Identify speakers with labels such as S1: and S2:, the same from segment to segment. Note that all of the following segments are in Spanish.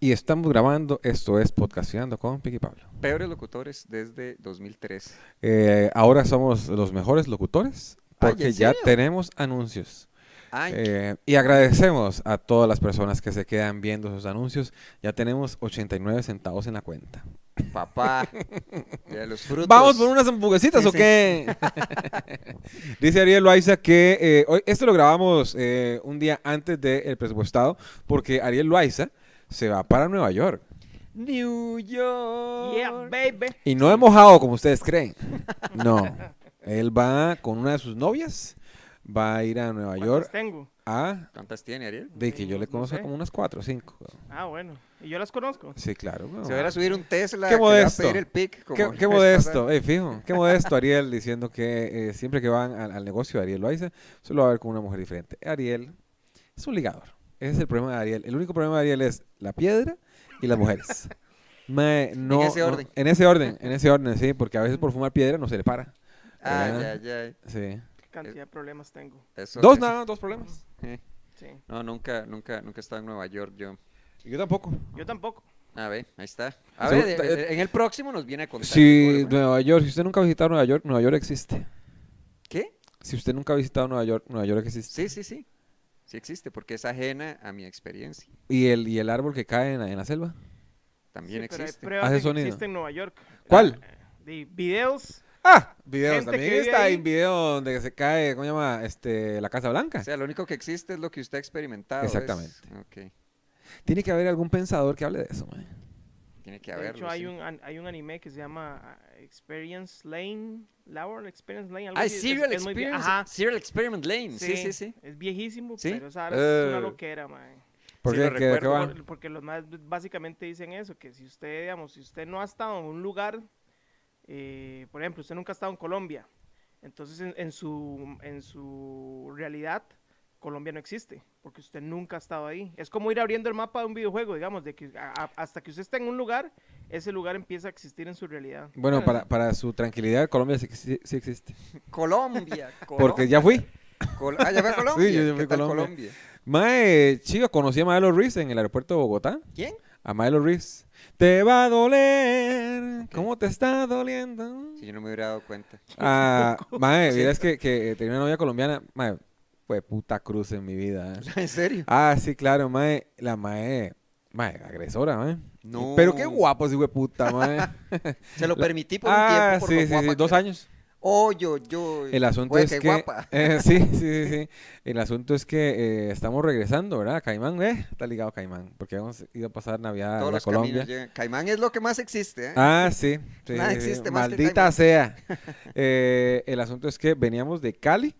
S1: Y estamos grabando, esto es Podcasteando con Piqui Pablo.
S2: Peores locutores desde 2003.
S1: Eh, ahora somos los mejores locutores
S2: Ay, ¿en
S1: porque ya
S2: serio?
S1: tenemos anuncios.
S2: Ay,
S1: Eh, y agradecemos a todas las personas que se quedan viendo sus anuncios. Ya tenemos 89 centavos en la cuenta.
S2: papá. De los frutos.
S1: ¿Vamos por unas hamburguesitas
S2: Sí,
S1: o
S2: sí.
S1: qué? Dice Ariel Loaiza que eh, hoy, esto lo grabamos eh, un día antes del presupuestado porque Ariel Loaiza se va para Nueva York.
S2: New York.
S3: Yeah, baby.
S1: Y no de mojado, como ustedes creen. No. Él va con una de sus novias, va a ir a Nueva
S3: ¿Cuántas
S1: York
S3: tengo?
S1: a...
S2: ¿Cuántas tiene, Ariel?
S1: De que yo le
S3: No
S1: conozco
S3: sé.
S1: como unas cuatro o cinco.
S3: Ah, bueno. ¿Y yo las conozco?
S1: Sí, claro. weón.
S2: Se va a ir a subir un Tesla.
S1: Qué
S2: que le va a
S1: modesto.
S2: pedir el pic. como
S1: Qué,
S2: la
S1: qué
S2: vez
S1: modesto,
S2: pasada.
S1: eh, fijo. Qué modesto Ariel diciendo que eh, siempre que van al, al negocio de Ariel Loaiza, solo va a ver con una mujer diferente. Ariel es un ligador. Ese es el problema de Ariel. El único problema de Ariel es la piedra y las mujeres. Mae, no,
S2: ese
S1: no-
S2: orden.
S1: en ese orden, en ese orden, sí, porque a veces por fumar piedra no se le para.
S2: Ay,
S1: Ah.
S2: ay, ay.
S1: Sí.
S3: ¿Qué cantidad
S2: Eh.
S3: de problemas tengo?
S2: Eso
S1: Dos
S2: que-
S1: nada, más, dos problemas.
S2: Eh,
S3: Sí.
S2: No, nunca, nunca, nunca he estado en Nueva York yo.
S1: Yo tampoco.
S3: Yo tampoco.
S2: A ver, ahí está. A
S1: Según-
S2: ver, de-
S1: eh,
S2: de- en el próximo nos viene a contar. el
S1: Sí,
S2: pobre, man.
S1: Nueva York. Si usted nunca ha visitado Nueva York, Nueva York existe.
S2: ¿Qué?
S1: Si usted nunca ha visitado Nueva York, Nueva York existe.
S2: Sí, sí, sí. Sí existe, porque es ajena a mi experiencia.
S1: Y el, y el árbol que cae en la, en la selva.
S2: También
S3: Sí, pero hay
S2: existe.
S3: pruebas
S1: Hace
S3: de que
S1: sonido.
S3: existe en Nueva York.
S1: ¿Cuál?
S3: La- de videos.
S1: Ah, videos.
S3: Gente
S1: También
S3: que vive
S1: está
S3: ahí.
S1: ahí un video donde se cae, ¿cómo se llama? Este, la Casa Blanca.
S2: O sea, lo único que existe es lo que usted ha experimentado. es-
S1: Exactamente.
S2: Ok.
S1: Tiene que haber algún pensador que hable de eso, mae.
S2: Tiene que
S3: De
S2: haberlo.
S3: hecho, hay,
S2: sí.
S3: un, an- hay un anime que se llama ah, Experience Lane. Laura Experience Lane. algo
S2: Ah,
S3: así, es-
S2: Serial
S3: es muy vie-
S2: Experiment.
S3: Ajá.
S2: Serial Experiment Lane. Sí, sí, sí.
S3: Es viejísimo,
S2: Sí.
S3: pero esa vara es una
S2: Eh.
S3: loquera, man.
S1: ¿Por
S2: Sí,
S1: qué?
S2: lo
S1: ¿Qué- qué
S2: recuerdo,
S1: va?
S2: por-
S3: Por- porque los más básicamente dicen eso, que si usted, digamos, si usted no ha estado en un lugar, eh, por ejemplo, usted nunca ha estado en Colombia, entonces en, en su, en su realidad Colombia no existe, porque usted nunca ha estado ahí. Es como ir abriendo el mapa de un videojuego, digamos, de que a- a- hasta que usted está en un lugar, ese lugar empieza a existir en su realidad.
S1: Bueno, para, para su tranquilidad, Colombia sí, sí- sí existe.
S2: Colombia.
S1: Porque ya fui.
S2: Col- ah, ya fue a Colombia.
S1: Sí, yo ya fui
S2: ¿Qué
S1: a
S2: tal
S1: Colombia.
S2: Colombia?
S1: Mae, chico, conocí a Maelo Ruiz en el aeropuerto de Bogotá.
S2: ¿Quién?
S1: A Maelo Ruiz. Te va a doler. ¿Cómo te está doliendo?
S2: Si yo no me hubiera dado cuenta.
S1: Ah, mae, es que, que eh, tenía una novia colombiana. Mae, fue puta cruz en mi vida. eh.
S2: ¿En serio?
S1: Ah, sí, claro, mae. La mae, mae, agresora, mae.
S2: No.
S1: Pero qué guapo ese puta, mae.
S2: Se lo permití por
S1: ah,
S2: un tiempo. por lo
S1: sí, sí,
S2: guapa
S1: sí,
S2: que
S1: dos
S2: era.
S1: años.
S2: Oh, yo, yo.
S1: El asunto
S2: güey,
S1: es
S2: qué
S1: que.
S2: guapa.
S1: eh, sí, sí, sí, sí. El asunto es que eh, estamos regresando, ¿verdad? Caimán, eh, está ligado Caimán, porque hemos ido a pasar Navidad
S2: Todos
S1: a
S2: los
S1: Colombia.
S2: caminos llegan. Caimán es lo que más existe. ¿eh?
S1: Ah, sí. sí,
S2: Nada
S1: sí, sí.
S2: existe más que
S1: Maldita
S2: Caimán.
S1: sea. Eh, el asunto es que veníamos de Cali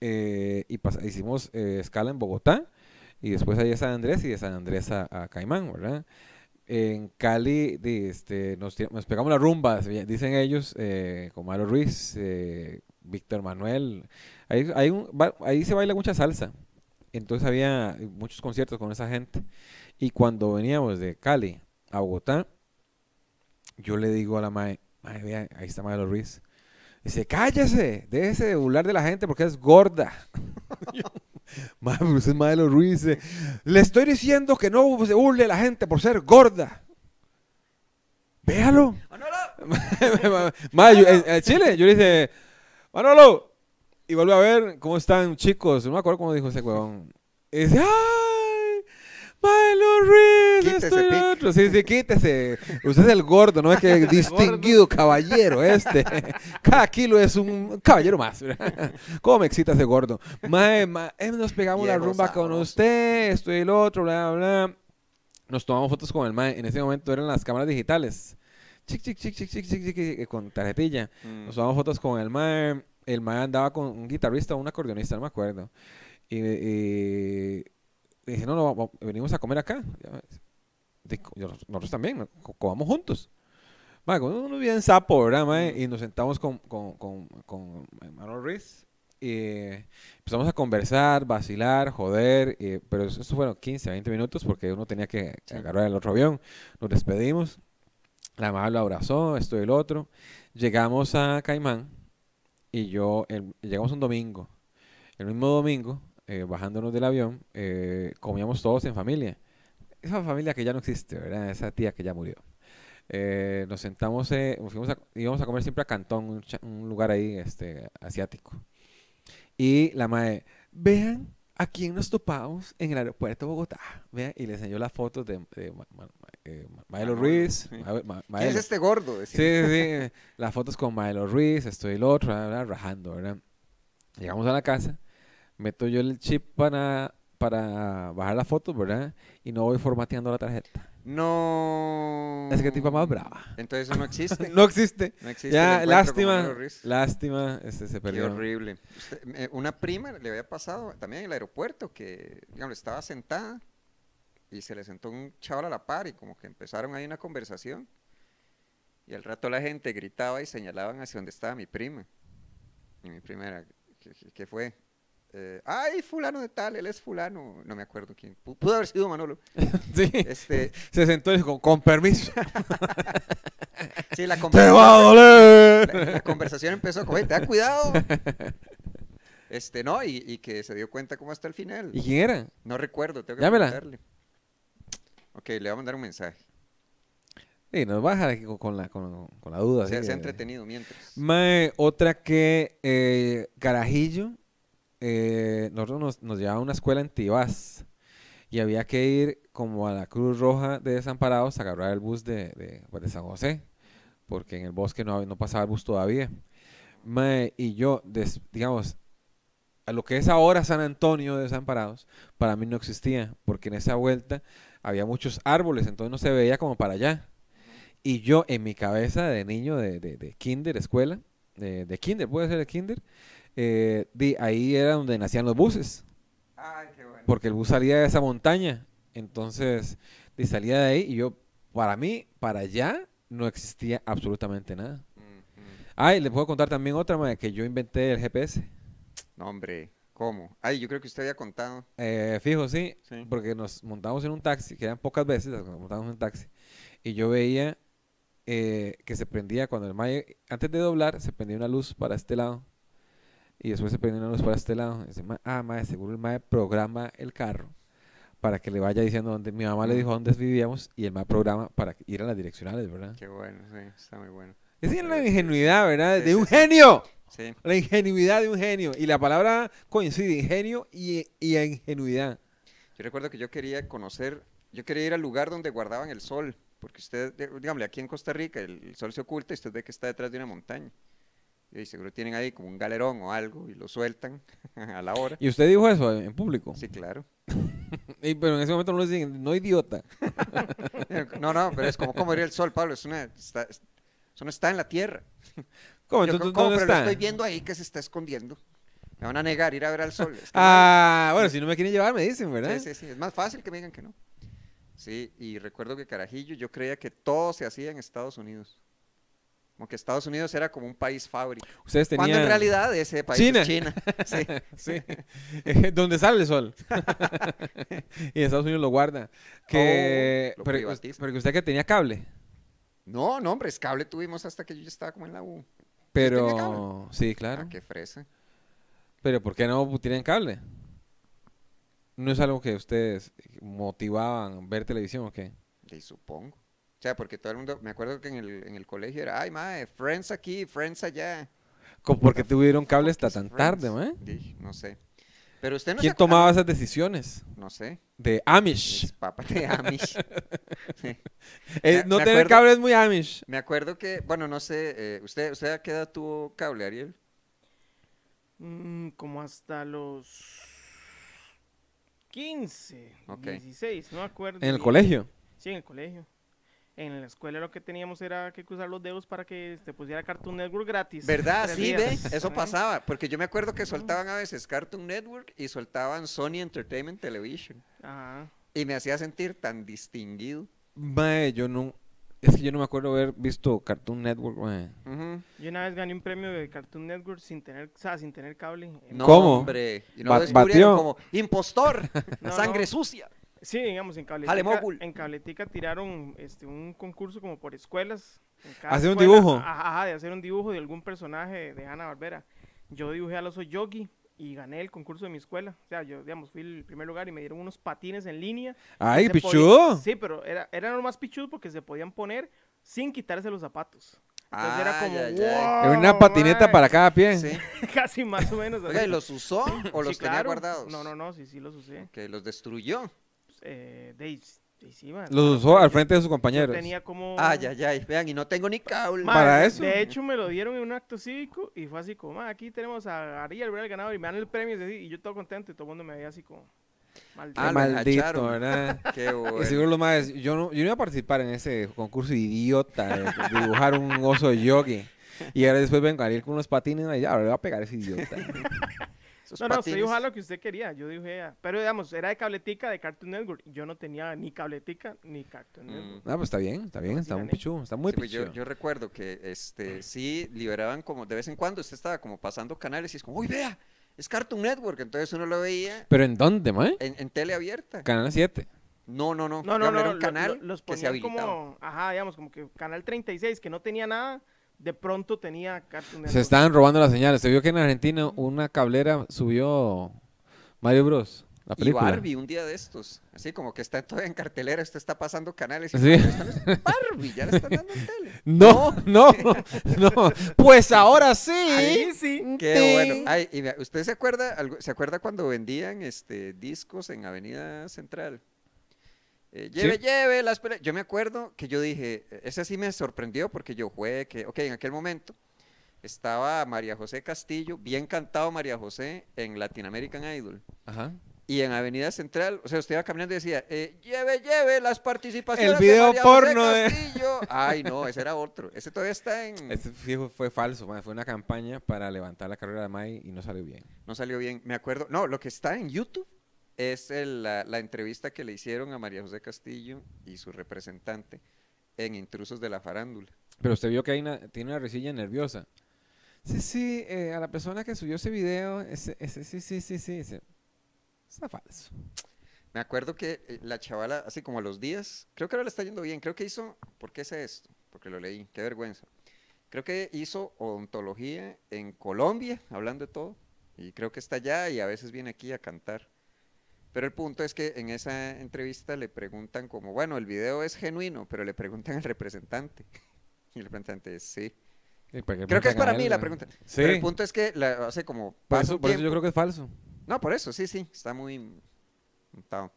S1: eh, y pas- hicimos eh, escala en Bogotá y después ahí a San Andrés y de San Andrés a, a Caimán, ¿verdad? En Cali di- este, nos, tira- nos pegamos la rumba, se- dicen ellos, eh, con Mario Ruiz, eh, Víctor Manuel. Ahí, hay un- ba- ahí se baila mucha salsa. Entonces había muchos conciertos con esa gente. Y cuando veníamos de Cali a Bogotá, yo le digo a la mae, "Mae, vea, ahí está Maelo Ruiz. Dice, cállese, déjese de burlar de la gente porque es gorda. Mae, pero usted es Maelo Ruiz. eh, Le estoy diciendo que no se burle la gente por ser gorda. Véalo. Mae, yo- en, en Chile, yo le dije, Manolo. Y vuelve a ver cómo están, chicos. No me acuerdo cómo dijo ese huevón. Y dice, ¡ay! Maelo Ruiz,
S2: Quítese,
S1: esto y lo
S2: Pic.
S1: otro. Sí, sí, quítese. Usted es el gordo, ¿no? Es que distinguido caballero este. Cada kilo es un caballero más. ¿Cómo me excita ese gordo? Mae, ma- eh, nos pegamos la
S2: Viejo
S1: rumba con
S2: sabroso.
S1: usted, esto y lo otro, bla, bla. Nos tomamos fotos con el mae. En ese momento eran las cámaras digitales. Chic, chic, chic, chic, chic, chic, chic, eh, con tarjetilla.
S2: Mm.
S1: Nos tomamos fotos con el mae. El mae andaba con un guitarrista o un acordeonista, no me acuerdo. Y, y dije, no, no, va- venimos a comer acá. Ya ves. Di- yo- Nosotros también, ¿no? Co- comamos juntos. Mae, como uno bien sapo, ¿verdad, mae? Y nos sentamos con, con, con, con Manuel Ruiz. Y empezamos a conversar, vacilar, joder, eh, pero eso eso fueron 15, 20 minutos porque uno tenía que agarrar el otro avión. Nos despedimos, la mamá lo abrazó, esto y el otro. Llegamos a Caimán y yo, el- llegamos un domingo. El mismo domingo, eh, bajándonos del avión, eh, comíamos todos en familia. esa familia que ya no existe, ¿verdad? Esa tía que ya murió. Eh, nos sentamos, eh, nos fuimos a- íbamos a comer siempre a Cantón, un, cha- un lugar ahí este, asiático. Y la madre, vean a quién nos topamos en el aeropuerto de Bogotá. Vean, y le enseñó las fotos de, de Ma- Ma- eh, Ma- Maelo
S2: Manolo,
S1: Ruiz.
S2: sí.
S1: Ma- Ma-
S2: ¿Quién es
S1: Maelo.
S2: este gordo?
S1: Sí, sí, sí. Las fotos con Maelo Ruiz, estoy el otro, ¿verdad? rajando, ¿verdad? Llegamos a la casa, meto yo el chip para, para bajar las fotos, ¿verdad? Y no voy formateando la tarjeta.
S2: No.
S1: Es que tipa más brava.
S2: Entonces no existe.
S1: No existe.
S2: no existe.
S1: Ya,
S2: el encuentro con
S1: lástima,
S2: Mario Ruiz.
S1: lástima, este, se
S2: Qué
S1: perdió.
S2: horrible. Usted- me- una prima le había pasado también en el aeropuerto que, digamos, estaba sentada y se le sentó un chaval a la par y como que empezaron ahí una conversación y al rato la gente gritaba y señalaban hacia donde estaba mi prima. Y mi prima era, ¿qué, qué- qué fue? Eh, Ay, fulano de tal, él es fulano. No me acuerdo quién. Pu- Pudo haber sido Manolo.
S1: Sí,
S2: Este,
S1: se sentó y dijo, con, con permiso.
S2: sí, la
S1: ¡Te va a
S2: conversación, la,
S1: doler!
S2: la conversación empezó con, "Ey, ten cuidado. Este, no, y, y que se dio cuenta como hasta el final.
S1: ¿Y quién era?
S2: No recuerdo, tengo que
S1: Llámela.
S2: preguntarle. Ok, le voy a mandar un mensaje.
S1: Sí, nos baja aquí con, con la, con, con la duda.
S2: O sea,
S1: sí,
S2: se ha
S1: de-
S2: entretenido mientras.
S1: Mae, otra que eh, Carajillo, eh, nosotros nos, nos llevaba a una escuela en Tibás y había que ir como a la Cruz Roja de Desamparados a agarrar el bus de, de, pues, de San José, porque en el bosque no, hab- no pasaba el bus todavía. Mae, y yo, des- digamos, a lo que es ahora San Antonio de Desamparados, para mí no existía, porque en esa vuelta había muchos árboles, entonces no se veía como para allá. Y yo en mi cabeza de niño de, de- de kinder, escuela, de, de kinder, puede ser de kinder, eh, di, ahí era donde nacían los buses,
S2: Ay, qué bueno.
S1: porque el bus salía de esa montaña. Entonces, di, salía de ahí y yo, para mí, para allá no existía absolutamente nada.
S2: Mm, mm.
S1: Ah, y les puedo contar también otra, mae, que yo inventé el GPS.
S2: No, hombre, ¿cómo? Ay, yo creo que usted había contado.
S1: Eh, fijo, sí,
S2: Sí.
S1: porque nos montamos en un taxi, que eran pocas veces las que nos montamos en un taxi, y yo veía eh, que se prendía cuando el mae, antes de doblar, se prendía una luz para este lado, y después se prendía una luz para este lado. Y dice, "Ma- ah, mae, seguro el mae programa el carro para que le vaya diciendo dónde, mi mamá le
S2: Mm.
S1: dijo dónde vivíamos, y el mae programa para que- ir a las direccionales, ¿verdad?
S2: Qué bueno, sí, está muy bueno.
S1: Es decir, la
S2: Sí, sí,
S1: ingenuidad, ¿verdad?
S2: Sí,
S1: De
S2: sí,
S1: un
S2: sí.
S1: genio.
S2: Sí,
S1: La ingenuidad de un genio. Y la palabra coincide, ingenio y, y ingenuidad.
S2: yo recuerdo que yo quería conocer, yo quería ir al lugar donde guardaban el sol, porque usted, de- dígame, aquí en Costa Rica el, el sol se oculta y usted ve que está detrás de una montaña. Y seguro tienen ahí como un galerón o algo y lo sueltan a la hora.
S1: ¿Y usted dijo eso en público?
S2: Sí, claro.
S1: Y, pero en ese momento no le dicen, no idiota.
S2: No, no, pero es como cómo ir el sol, Pablo, es una, está- eso no está en la tierra.
S1: ¿Cómo?
S2: Yo,
S1: Entonces,
S2: ¿cómo?
S1: ¿dónde
S2: pero
S1: está?
S2: lo estoy viendo ahí que se está escondiendo. Me van a negar ir a ver al sol. es que no hay-
S1: Ah, bueno, si no me quieren llevar, me dicen, ¿verdad?
S2: sí, sí, sí, es más fácil que me digan que no. Sí, y recuerdo que Carajillo, yo creía que todo se hacía en Estados Unidos. Como que Estados Unidos era como un país fábrico.
S1: Ustedes tenían...
S2: Cuando en realidad ese país
S1: China.
S2: es China. Sí,
S1: Sí. Eh, Donde sale el sol. y en Estados Unidos lo guarda. Que...
S2: Oh, lo
S1: pero,
S2: privatizan.
S1: pero que usted que tenía cable.
S2: No, no, hombre, es cable tuvimos hasta que yo ya estaba como en la U. tenía
S1: Pero...
S2: cable?
S1: Sí, claro.
S2: Ah, qué fresa.
S1: Pero ¿por qué no tienen cable? ¿No es algo que ustedes motivaban ver televisión o qué?
S2: Y supongo. O sea, porque todo el mundo, me acuerdo que en el, en el colegio era, ay, mae, Friends aquí, Friends allá.
S1: Como porque tuvieron cable hasta
S2: Fuck
S1: tan
S2: is
S1: tarde,
S2: Friends.
S1: ¿eh?
S2: Di, no sé. Pero usted no
S1: ¿Quién
S2: se acu-
S1: tomaba
S2: ah,
S1: esas decisiones?
S2: No sé.
S1: De Amish.
S2: Mis papas de Amish. Sí.
S1: Eh,
S2: Me-
S1: no
S2: me
S1: tener
S2: acuerdo-
S1: cable es muy Amish.
S2: Me acuerdo que, bueno, no sé, eh, ¿usted, ¿usted a qué edad tuvo cable, Ariel?
S3: Mm, como hasta los 15,
S2: Ok.
S3: 16, no me acuerdo.
S1: En el
S3: bien.
S1: colegio.
S3: Sí, en el colegio. En la escuela lo que teníamos era que cruzar los dedos para que te pusiera Cartoon Network gratis.
S2: ¿Verdad?
S3: Tres
S2: Sí, ve,
S3: días.
S2: eso
S3: Ajá. Ah.
S2: pasaba, porque yo me acuerdo que soltaban a veces Cartoon Network y soltaban Sony Entertainment Television.
S3: Ajá.
S2: Y me hacía sentir tan distinguido.
S1: Mae, yo no. Es que yo no me acuerdo haber visto Cartoon Network, mae.
S2: Ujú.
S3: Yo una vez gané un premio de Cartoon Network sin tener, o sea, sin tener cable.
S2: No,
S1: ¿Cómo?
S2: hombre. Y no
S1: Ba-
S2: lo descubrieron
S1: batió.
S2: como impostor,
S3: No,
S2: sangre
S3: no.
S2: sucia.
S3: Sí, digamos, en
S2: Jale,
S3: Cabletica,
S2: Mogul.
S3: en Cabletica tiraron este, un concurso como por escuelas. en cada
S1: ¿Hacer un
S3: escuela,
S1: dibujo?
S3: Ajá, ajá, de hacer un dibujo de algún personaje de Hanna-Barbera. Yo dibujé al oso Yogi y gané el concurso de mi escuela. O sea, yo, digamos, fui el primer lugar y me dieron unos patines en línea.
S1: ¡Ay,
S3: Se
S1: pichudo!
S3: podía- Sí, pero era, eran los más pichudos porque se podían poner sin quitarse los zapatos. Entonces era
S2: Ah,
S3: como,
S2: ya, ya.
S1: Era
S3: "Wow,
S1: una patineta
S3: oh, mae".
S1: para cada pie.
S2: Sí.
S3: Casi más o menos.
S2: Oiga,
S3: así.
S2: ¿y los usó o
S3: Sí,
S2: los tenía
S3: claro.
S2: guardados?
S3: No, no, no, sí, sí los usé.
S2: Que los destruyó.
S3: Eh, de, de- sí, mae, no,
S1: Los usó al frente de sus compañeros.
S3: tenía como...
S2: Ay, ay, ay. Vean, y no tengo ni cable.
S3: Mae,
S1: Para
S3: de-
S1: eso.
S3: De hecho, me lo dieron en un acto cívico y fue así como, "Mae, aquí tenemos a Ariel, ¿verdad? el ganador, y me dan el premio, y así, y yo todo contento y todo el mundo me veía así como...
S1: Qué
S3: maldito.
S2: Ah, lo
S1: maldito,
S2: enjacharon.
S1: ¿verdad?
S2: Qué bueno.
S1: Y seguro los más, yo no, yo no iba a participar en ese concurso idiota de dibujar un oso yogi. Y ahora después vengo a ir con unos patines y ya, ahora le voy a pegar a ese idiota.
S2: Esos
S3: No, no, usted
S2: patines.
S3: dibujaba lo que usted quería, yo dibujé, a- pero digamos, era de cabletica de Cartoon Network, yo no tenía ni cabletica ni Cartoon Network.
S2: Mm.
S1: No, pues está bien, está bien,
S3: sí
S1: está muy
S3: gané.
S1: pichu, está muy
S2: Sí, pues, yo,
S1: pichu.
S2: yo recuerdo que este sí liberaban como de vez en cuando usted estaba como pasando canales y es como, uy, vea, es Cartoon Network. Entonces uno lo veía
S1: ¿Pero en dónde, mae?
S2: en, en tele abierta.
S1: Canal 7.
S2: No, no, no.
S3: No, no, no,
S2: Era un
S3: lo-
S2: canal
S3: lo- los
S2: que se
S3: ponían
S2: habilitaba.
S3: como, ajá, digamos, como que Canal 36, que no tenía nada, de pronto tenía Cartoon Network.
S1: Se estaban robando las señales. Se vio que en Argentina una cablera subió Mario Bros. La
S2: Y
S1: película.
S2: Barbie, un día de estos. Así como que está todavía en cartelera, usted está pasando canales. Y
S1: Sí.
S2: Barbie, ya la están dando en tele.
S1: No, no, no. Pues ahora sí. Mm,
S3: Ahí sí.
S2: Qué
S1: Ting.
S2: bueno. Ay, y vea, ¿Usted se acuerda, algo- se acuerda cuando vendían este, discos en Avenida Central? Eh, lleve,
S1: Sí.
S2: lleve las pele- Yo me acuerdo que yo dije, eh, ese sí me sorprendió porque yo jugué que, ok, en aquel momento estaba María José Castillo, bien cantado María José en Latin American Idol.
S1: Ajá.
S2: Y en Avenida Central, o sea, usted iba caminando y decía, eh, lleve, lleve las participaciones.
S1: El video
S2: de María José
S1: porno de-
S2: Castillo. Ay, no, ese era otro. Ese todavía está en.
S1: Este fijo fue falso, mae, fue una campaña para levantar la carrera de Mai y no salió bien.
S2: No salió bien. Me acuerdo. No, lo que está en YouTube es el- la, la entrevista que le hicieron a María José Castillo y su representante en Intrusos de la Farándula.
S1: Pero usted vio que hay una, tiene una risilla nerviosa. Sí, sí, eh, a la persona que subió ese video, ese, ese, sí, sí, sí, sí, ese- está falso.
S2: Me acuerdo que eh, la chavala, así como a los días, creo que ahora le está yendo bien. Creo que hizo. ¿Por qué sé esto? Porque lo leí. Qué vergüenza. Creo que hizo odontología en Colombia, hablando de todo. Y creo que está allá y a veces viene aquí a cantar. Pero el punto es que en esa entrevista le preguntan como, bueno, el video es genuino, pero le preguntan al representante. Y el representante dice, sí.
S1: Sí, porque
S2: Creo que
S1: preguntan
S2: es
S1: a
S2: para
S1: él,
S2: mí la
S1: ¿no?
S2: pregunta.
S1: Sí,
S2: Pero el punto es que la- hace como...
S1: por,
S2: pasa
S1: eso,
S2: un
S1: por eso yo
S2: tiempo-
S1: creo que es falso.
S2: no, por eso, sí, sí, está muy montado.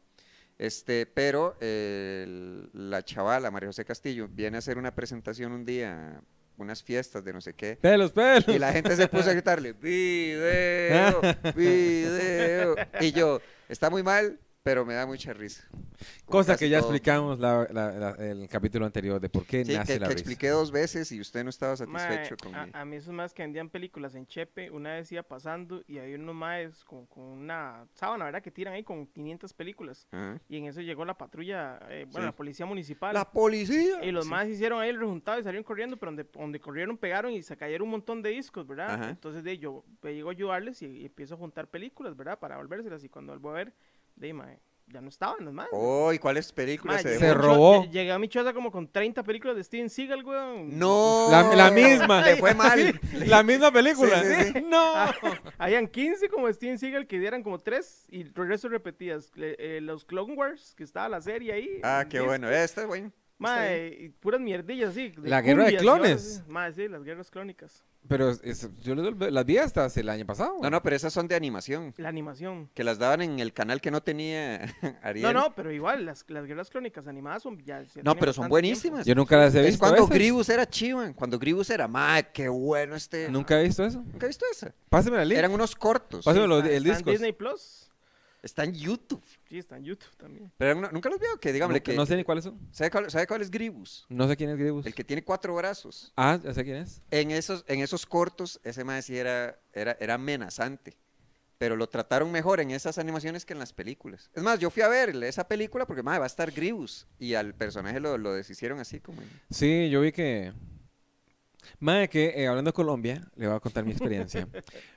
S2: Este, pero eh, el- la chavala, María José Castillo, viene a hacer una presentación un día, unas fiestas de no sé qué,
S1: Pelos, pelos.
S2: y la gente se puso a gritarle, video, video. Y yo, está muy mal, pero me da mucha risa. Como
S1: Cosa
S2: casi
S1: que ya
S2: todo.
S1: explicamos la- la- la- el capítulo anterior de por qué
S2: Sí,
S1: nace
S2: que,
S1: la
S2: que
S1: risa.
S2: expliqué dos veces y usted no estaba
S3: Mae, ah,
S2: satisfecho con
S3: a,
S2: mi-
S3: a mí esos más que vendían películas en Chepe, una vez iba pasando y hay unos maes con, con una sábana, ¿verdad? Que tiran ahí con 500 películas.
S2: Ajá.
S3: Y en eso llegó la patrulla, eh, bueno,
S2: Sí.
S3: la policía municipal.
S2: La policía.
S3: Y los
S2: Sí.
S3: más hicieron ahí el resultado y salieron corriendo, pero donde, donde corrieron pegaron y se cayeron un montón de discos, ¿verdad?
S2: Ajá.
S3: Entonces de yo me llego a ayudarles y, y empiezo a juntar películas, ¿verdad? Para volvérselas y cuando vuelvo a ver, de mae, ya no estaban las más.
S2: Oh, ¿y cuáles películas
S3: Mae,
S2: se
S3: llegué
S1: se
S3: a
S2: dejó?
S3: mi cho-
S1: robó.
S3: lle- Llegué a mi choza como con 30 películas de Steven Seagal, weón.
S2: No.
S1: La- la misma.
S2: Le fue mal.
S1: La misma película.
S2: Sí, sí, sí.
S1: No.
S3: Ah, Habían 15 como de Steven Seagal que dieran como 3 y el resto repetidas. Le- eh, los Clone Wars, que estaba la serie ahí.
S2: Ah,
S3: el
S2: qué
S3: disco.
S2: bueno. Este, bueno. está bien.
S3: Mae, y puras mierdillas así.
S1: La guerra de
S3: cumbias y varas
S1: clones.
S3: así. Mae, sí, las guerras clónicas.
S1: Pero es- es- yo las- las vi hasta hace el año pasado.
S2: No, no, pero esas son de animación.
S3: La animación.
S2: Que las daban en el canal que no tenía Ariel.
S3: No, no, pero igual, las, las guerras clónicas animadas son ya- ya
S2: No,
S3: tienen
S2: pero son
S3: bastante
S2: buenísimas.
S1: Yo nunca las he visto.
S2: pues, Es cuando
S1: esas.
S2: Gribus era Chivan. Cuando Gribus era, ¡mae, qué bueno este!
S1: Nunca he visto eso.
S2: Nunca he visto esa.
S1: Páseme la lista.
S2: Eran unos cortos.
S1: Pásame
S3: tiempo.
S1: los-
S3: Está-
S1: el
S3: está en
S1: disco.
S3: Disney Plus.
S2: Está en YouTube.
S3: Sí, está en YouTube también.
S2: Pero eran uno- nunca los veo. Que dígame
S1: No,
S2: que.
S1: no sé ni Pues cuáles son.
S2: ¿sabe, cuál, sabe cuál es Gribus?
S1: No sé quién es Gribus.
S2: El que tiene cuatro brazos.
S1: Ah, ya sé quién es.
S2: En esos, en esos cortos, ese mae sí era, era, era amenazante. Pero lo trataron mejor en esas animaciones que en las películas. Es más, yo fui a ver esa película porque, mae, va a estar Gribus. Y al personaje lo, lo deshicieron así como. en-
S1: Sí, yo vi que. Mae, que eh, hablando de Colombia, le voy a contar mi experiencia.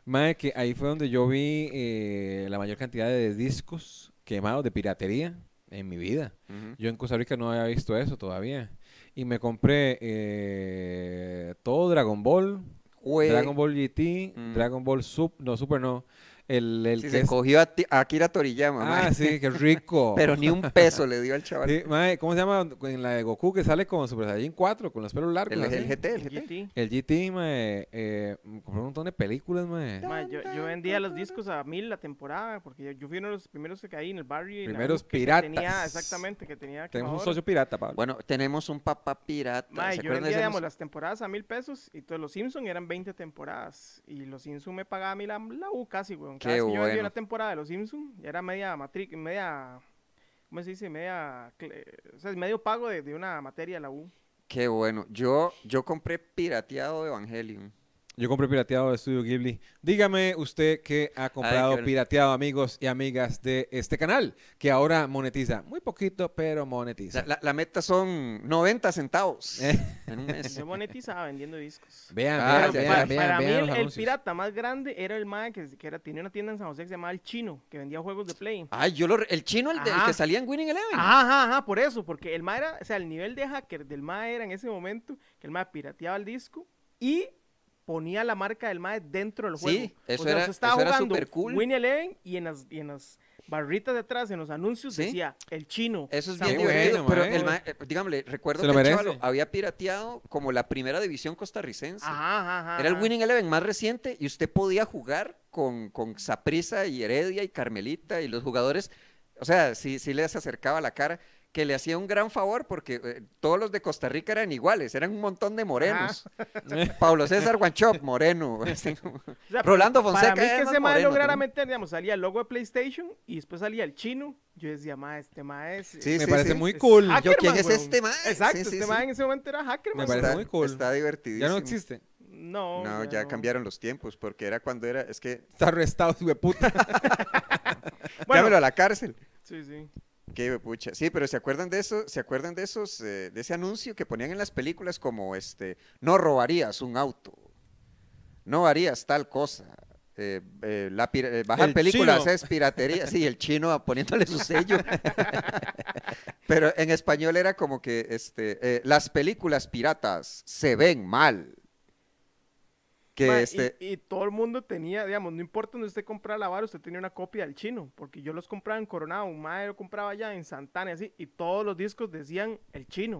S1: Mae, que ahí fue donde yo vi eh, la mayor cantidad de discos quemados de piratería en mi vida.
S2: Ujú.
S1: Yo en Costa Rica no había visto eso todavía. Y me compré eh, todo Dragon Ball,
S2: Jue-
S1: Dragon Ball GT,
S2: Mm.
S1: Dragon Ball Super, no, Super no, El, el
S2: Sí,
S1: que
S2: se
S1: es-
S2: cogió a, Ti- a Akira Toriyama,
S1: Ah,
S2: mae.
S1: sí, qué rico.
S2: Pero ni un peso le dio al chaval.
S1: Sí, mae, ¿Cómo se llama? En la de Goku que sale con Super Saiyan 4, con los pelos largos.
S2: el,
S1: así.
S2: el GT, el
S3: el
S2: GT.
S3: GT.
S1: El GT, mae, eh, compré un montón de películas, mae.
S3: Ma, yo, yo vendía los discos a mil la temporada, porque yo, yo fui uno de los primeros que caí en el barrio. y en la
S1: Primeros
S3: U, que- que
S1: piratas.
S3: Tenía, exactamente, que tenía
S1: Tenemos un
S3: quemadora.
S1: socio pirata, Pablo.
S2: Bueno, tenemos un papá pirata.
S3: Ma,
S2: ¿Se
S3: yo
S2: acuerdan de
S3: vendía,
S2: ese
S3: digamos,
S2: nos-
S3: las temporadas a mil pesos y todos los Simpsons eran 20 temporadas. Y los Simpsons me pagaba a mí la, la U casi, weón. Cada
S2: Qué
S3: vez que yo vendía
S2: bueno.
S3: una temporada de los Simpsons, ya era media matriz, media. ¿Cómo se dice? Media. cl- O sea, medio pago de, de una materia la U.
S2: Qué bueno. Yo, yo compré pirateado Evangelion.
S1: Yo compré pirateado de Estudio Ghibli. Dígame usted que ha comprado
S2: qué bueno.
S1: pirateado, amigos y amigas de este canal, que ahora monetiza. Muy poquito, pero monetiza.
S2: La, la- la meta son 90 centavos
S1: Eh.
S2: en un mes.
S3: Yo monetizaba vendiendo discos.
S1: Vean,
S2: Ah,
S1: vean,
S2: ya,
S1: vean,
S3: para
S2: ya.
S1: vean,
S3: para
S1: vean
S3: mí el-
S1: los
S3: el,
S1: anuncios.
S3: pirata más grande era el mae que, que era, tenía una tienda en San José que se llamaba El Chino, que vendía juegos de Play.
S2: Ay, yo lo, re- el chino, el, de- el
S3: Ajá.
S2: que
S1: Ah.
S2: salía en Winning Eleven.
S3: Ajá, ajá, ajá, por eso, porque el mae era, o sea, el nivel de hacker del mae era en ese momento que el mae pirateaba el disco y ponía la marca del mae dentro del
S2: Sí,
S3: juego.
S2: eso
S3: o sea,
S2: era-
S3: usted estaba
S2: eso era
S3: jugando
S2: supercool.
S3: Win Eleven y en las, y en las barritas de atrás, en los anuncios,
S2: Sí.
S3: decía el chino.
S2: Eso es
S3: San
S2: bien
S1: Qué
S3: José".
S2: divertido.
S1: bueno,
S2: pero
S1: mae.
S2: el ma- eh, dígame, recuerdo
S1: Se
S2: que
S1: lo
S2: el
S1: merece.
S2: chaval había pirateado como la primera división costarricense.
S1: Ah.
S3: Ajá, ajá, ajá,
S2: Era el
S3: ajá.
S2: Winning Eleven más reciente y usted podía jugar con, con Saprisa y Heredia y Carmelita y los jugadores, o sea, sí, sí les acercaba la cara, que le hacía un gran favor porque eh, todos los de Costa Rica eran iguales, eran un montón de morenos.
S1: Ah.
S2: Pablo César Guanchop, moreno. así como-
S3: O sea,
S2: Rolando
S3: para-
S2: Fonseca
S3: Para
S2: era
S3: mí que
S2: más
S3: ese mae
S2: moreno
S3: lograra
S2: también.
S3: meter, digamos, salía el logo de PlayStation y después salía el chino. Yo decía, mae, este mae es...
S2: Sí,
S1: Me
S2: sí,
S1: parece
S2: sí.
S1: muy
S3: es
S1: cool.
S3: hacker,
S2: Yo, ¿quién
S3: man,
S2: es
S3: weón".
S2: este mae?
S3: Exacto,
S2: Sí, sí,
S3: este
S2: sí.
S3: mae en ese momento era hacker,
S1: Me
S3: man.
S1: parece
S2: Está,
S1: muy cool.
S2: está divertidísimo.
S1: Ya no existe.
S3: No,
S2: No, ya cambiaron los tiempos porque era cuando era, es que,
S1: Está arrestado, hijo de puta.
S2: llámelo a la cárcel.
S3: Sí, sí.
S2: Qué huepucha. Sí, pero ¿se acuerdan de eso? ¿Se acuerdan de esos, eh, de ese anuncio que ponían en las películas como este, no robarías un auto, no harías tal cosa, eh, eh, la pira- eh, bajar
S1: El
S2: películas
S1: chino.
S2: es piratería, sí, el chino poniéndole su sello. pero en español era como que, este, eh, las películas piratas se ven mal. Que
S3: Ma, y-
S2: este,
S3: y, todo el mundo tenía, digamos, no importa donde usted comprara la vara, usted tenía una copia del chino, porque yo los compraba en Coronado, un madre lo compraba allá en Santana y así, y todos los discos decían el chino.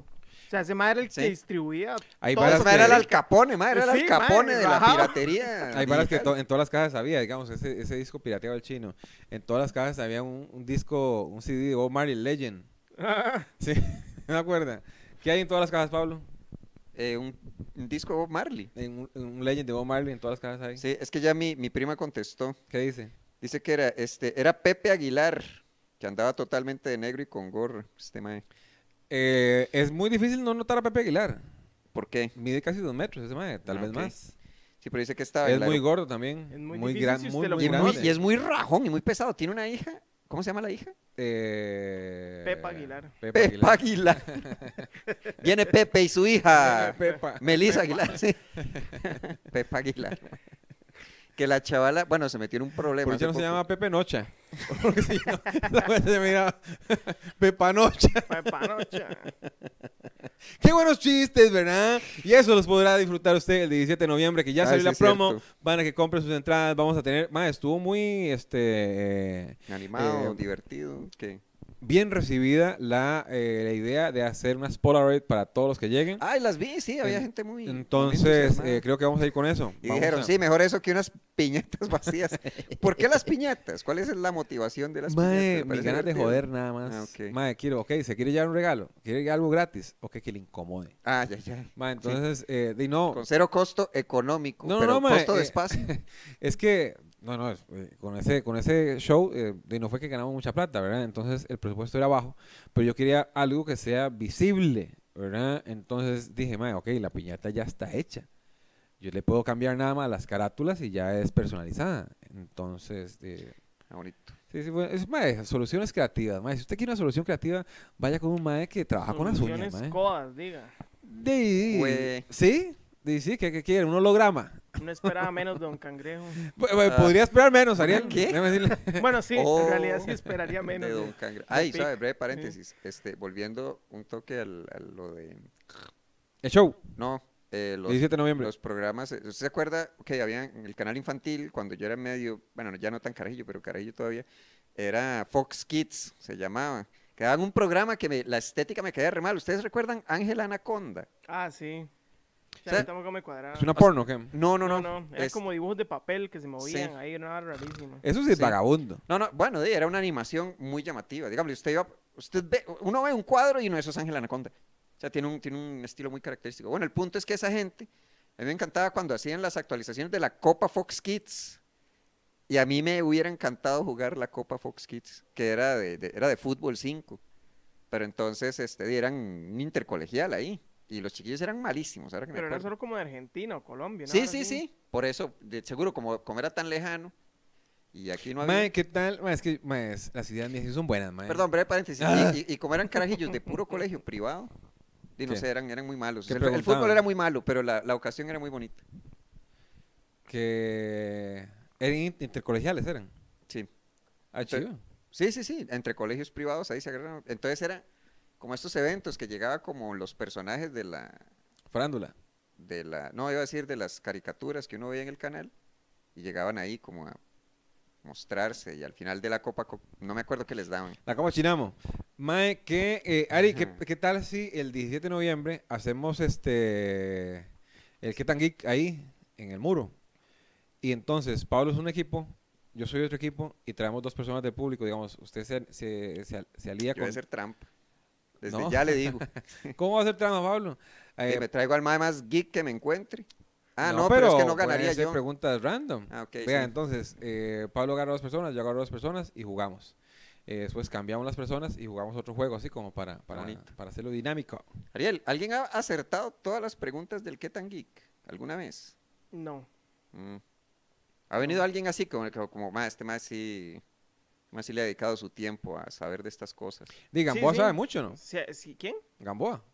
S3: O sea, ese madre era el
S2: Sí.
S3: que distribuía.
S1: Hay
S3: todo
S1: varas
S3: eso
S1: que-
S3: que
S2: era el
S3: era
S2: Al Capone, ma, era el
S3: Sí,
S2: Al
S3: ma,
S2: Capone de la
S3: rajado.
S2: piratería.
S1: Hay varas que
S2: digital.
S1: to- en todas las cajas había, digamos, ese, ese disco pirateado al chino. En todas las cajas había un, un disco, un CD de Bob Marley Legend.
S2: Ah.
S1: Sí, ¿me acuerda? ¿Qué hay en todas las cajas, Pablo?
S2: Eh, un, un disco de Bob Marley.
S1: En un, en un Legend de Bob Marley en todas las cajas hay.
S2: Sí, es que ya mi, mi prima contestó.
S1: ¿Qué dice?
S2: Dice que era, este, era Pepe Aguilar, que andaba totalmente de negro y con gorro. Este mae.
S1: Eh, es muy difícil no notar a Pepe Aguilar.
S2: ¿Por qué?
S1: Mide casi dos metros ese mae, tal
S2: Ah,
S1: vez
S2: ok.
S1: más.
S2: Sí, pero dice que estaba en
S1: es
S2: la
S1: muy
S2: aeropu-
S1: gordo también. muy
S3: Es muy
S1: muy,
S3: difícil
S1: gran-
S3: si
S1: muy,
S3: usted lo
S1: muy
S2: y, es
S1: grande.
S2: muy, y es muy rajón y muy pesado. Tiene una hija. ¿Cómo se llama la hija?
S1: Eh,
S3: Pepa Aguilar.
S1: Pepa
S2: Pepe
S1: Aguilar.
S2: Aguilar. Viene Pepe y su hija.
S1: Pepa.
S2: Melissa Aguilar, sí. Pepa Aguilar. Que la chavala, bueno, se metió en un problema.
S1: Por eso
S2: hace
S1: no se
S2: poco.
S1: llama Pepe Nocha. Porque si no, esa madre se llama Pepa Nocha.
S3: Pa- pa' noche.
S1: Qué buenos chistes, ¿verdad? Y eso los podrá disfrutar usted el 17 de noviembre, que ya
S2: Ah,
S1: salió
S2: sí,
S1: la
S2: es
S1: promo.
S2: cierto.
S1: Van a que compren sus entradas. Vamos a tener. Más, estuvo muy este, eh,
S2: Animado,
S1: Eh,
S2: divertido. ¿qué?
S1: bien recibida la, eh, la idea de hacer unas Polaroid para todos los que lleguen.
S2: Ay, las vi, sí, había
S1: En-
S2: gente muy. muy
S1: Entonces,
S2: entusiasmada.
S1: eh, creo que vamos a ir con eso.
S2: Y
S1: Vamos
S2: dijeron,
S1: a-
S2: sí, mejor eso que unas piñatas vacías. ¿Por qué las piñatas? ¿Cuál es la motivación de las
S1: Mae,
S2: piñatas?
S1: mis
S2: Parece
S1: ganas de
S2: divertido.
S1: joder nada más.
S2: Ah, ok.
S1: Mae, quiero, ok, se quiere llevar un regalo, quiere llevar algo gratis, ok, que le incomode.
S2: Ah, ya, ya.
S1: Mae, entonces, eh, di no,
S2: Con cero costo económico,
S1: No, no,
S2: pero
S1: no, mae,
S2: costo
S1: eh,
S2: de espacio.
S1: es que, no, no, es- eh, con ese, con ese show, eh, di no fue que ganamos mucha plata, ¿verdad? Entonces, el presupuesto era bajo, pero yo quería algo que sea visible, ¿verdad? Entonces dije, mae, ok, la piñata ya está hecha. Yo le puedo cambiar nada más las carátulas y ya es personalizada. Entonces, eh,
S2: Ah, bonito.
S1: Sí, sí, bueno, es mae, soluciones creativas, mae. Si usted quiere una solución creativa, vaya con un mae que trabaja Ah, con las uñas,
S3: Soluciones
S1: mae.
S3: codas, diga.
S1: Di-
S2: Güey.
S1: ¿Sí? Di- sí, ¿qué, qué quiere? ¿Un holograma?
S3: No esperaba menos Don Cangrejo.
S1: Bu- bu-
S2: Ah.
S1: eh, Podría esperar menos, Ariel.
S2: ¿Qué?
S1: Déjame decirle.
S3: Bueno, sí,
S2: Oh,
S3: en realidad sí esperaría
S2: De
S3: menos.
S2: Don
S3: ¿no?
S2: Cangre- Ay,
S3: pic.
S2: sabe, breve paréntesis. Este, volviendo un toque al, a lo de.
S1: El show.
S2: No, eh, los,
S1: 17 de noviembre.
S2: los programas. eh, ¿Usted se acuerda que había en el canal infantil, cuando yo era medio, bueno, no- ya no tan carajillo, pero carajillo todavía, era Fox Kids, se llamaba. Que daban un programa que me- la estética me quedaba re mal. ¿Ustedes recuerdan Ángela Anaconda?
S3: Ah, sí.
S2: O
S3: Ya
S2: sea,
S3: no tampoco me cuadraba.
S1: ¿Es
S2: ah,
S1: una porno qué?
S2: No, no,
S3: No,
S2: no.
S3: no, Era
S2: es-
S3: como dibujos de papel que se movían
S2: Sí.
S3: ahí, era una vara rarísima.
S1: Eso sí es
S2: Sí.
S1: vagabundo.
S2: No, no, bueno, di, era una animación muy llamativa. Dígame, usted iba- usted ve, uno ve un cuadro y no, eso es Ángel Anaconda. O sea, tiene un, tiene un estilo muy característico. Bueno, el punto es que esa gente, a mí me encantaba cuando hacían las actualizaciones de la Copa Fox Kids. Y a mí me hubiera encantado jugar la Copa Fox Kids, que era de, de- era de fútbol 5. Pero entonces este, di, eran un intercolegial ahí. Y los chiquillos eran malísimos. Ahora que me
S3: Pero era
S2: acuerdo.
S3: solo como de Argentina o Colombia, ¿no?
S2: Sí, sí, sí. Por eso, de seguro, como, como era tan lejano. Y aquí no había.
S1: Mae, ¿qué tal? Mae, es que mae, es- las ideas mías sí son buenas, mae.
S2: Perdón, breve paréntesis.
S1: Ah.
S2: Y, y- y como eran carajillos de puro colegio privado, y no
S1: ¿Qué?
S2: sé, eran, eran muy malos.
S1: ¿Qué
S2: El, el
S1: preguntaban?
S2: fútbol era muy malo, pero la, la ocasión era muy bonita.
S1: Que eran in- intercolegiales, eran.
S2: Sí.
S1: Ah,
S2: Pero-
S1: chido.
S2: Sí, sí, sí. Entre colegios privados ahí se agarraron. Entonces era como estos eventos que llegaba como los personajes de la,
S1: Farándula.
S2: de la, no iba a decir de las caricaturas que uno veía en el canal, y llegaban ahí como a mostrarse, y al final de la copa, Co- no me acuerdo qué les daban.
S1: La Copa Chinamo. Mae, que, eh, Ari, ¿qué,
S2: Ajá.
S1: qué tal si el 17 de noviembre hacemos este el Ketan Geek ahí, en el muro? Y entonces, Pablo es un equipo, yo soy otro equipo, y traemos dos personas del público, digamos, usted se, se, se, se alía
S2: Yo voy a
S1: con...
S2: hacer trampa. Desde
S1: No.
S2: ya le digo.
S1: ¿Cómo va a ser trama, Pablo?
S2: que
S1: Eh,
S2: me traigo al mae más geek que me encuentre. Ah, no, pero, es que no
S1: pueden
S2: ganaría
S1: ser
S2: yo.
S1: preguntas random.
S2: Ah, ok,
S1: Vea,
S2: sí.
S1: entonces, eh, Pablo agarra dos personas, yo agarro dos personas y jugamos. Eh, después cambiamos las personas y jugamos otro juego, así como para, para,
S2: bonito.
S1: para hacerlo dinámico.
S2: Ariel, ¿alguien ha acertado todas las preguntas del qué tan geek alguna vez?
S3: No.
S2: Mm. ¿Ha venido alguien así como, como, como "Ma, este más sí, más sí le ha dedicado su tiempo a saber de estas cosas?
S1: Digan,
S3: Sí,
S1: Gamboa
S3: sí.
S1: sabe mucho, ¿no?
S3: Sí, sí, ¿Quién?
S1: Gamboa.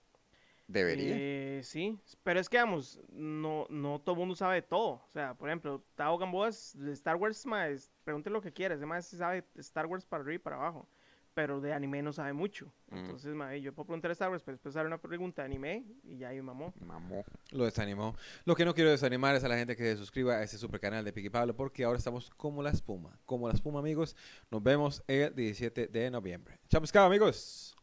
S2: Debería.
S3: Eh, sí, pero es que, vamos, no, no todo el mundo sabe de todo. O sea, por ejemplo, Tao Gamboa es de Star Wars, más, pregunte lo que quieras. Además, sí sabe Star Wars para arriba y para abajo. Pero de anime no sabe mucho.
S2: Mm.
S3: Entonces, mae, yo puedo preguntar Star Wars, pero después haré una pregunta de anime y ya ahí mamó.
S2: Mamó.
S1: Lo desanimó. Lo que no quiero desanimar es a la gente que se suscriba a este super canal de Piqui Pablo, porque ahora estamos como la espuma. Como la espuma, amigos. Nos vemos el 17 de noviembre. Chao, pescado, amigos.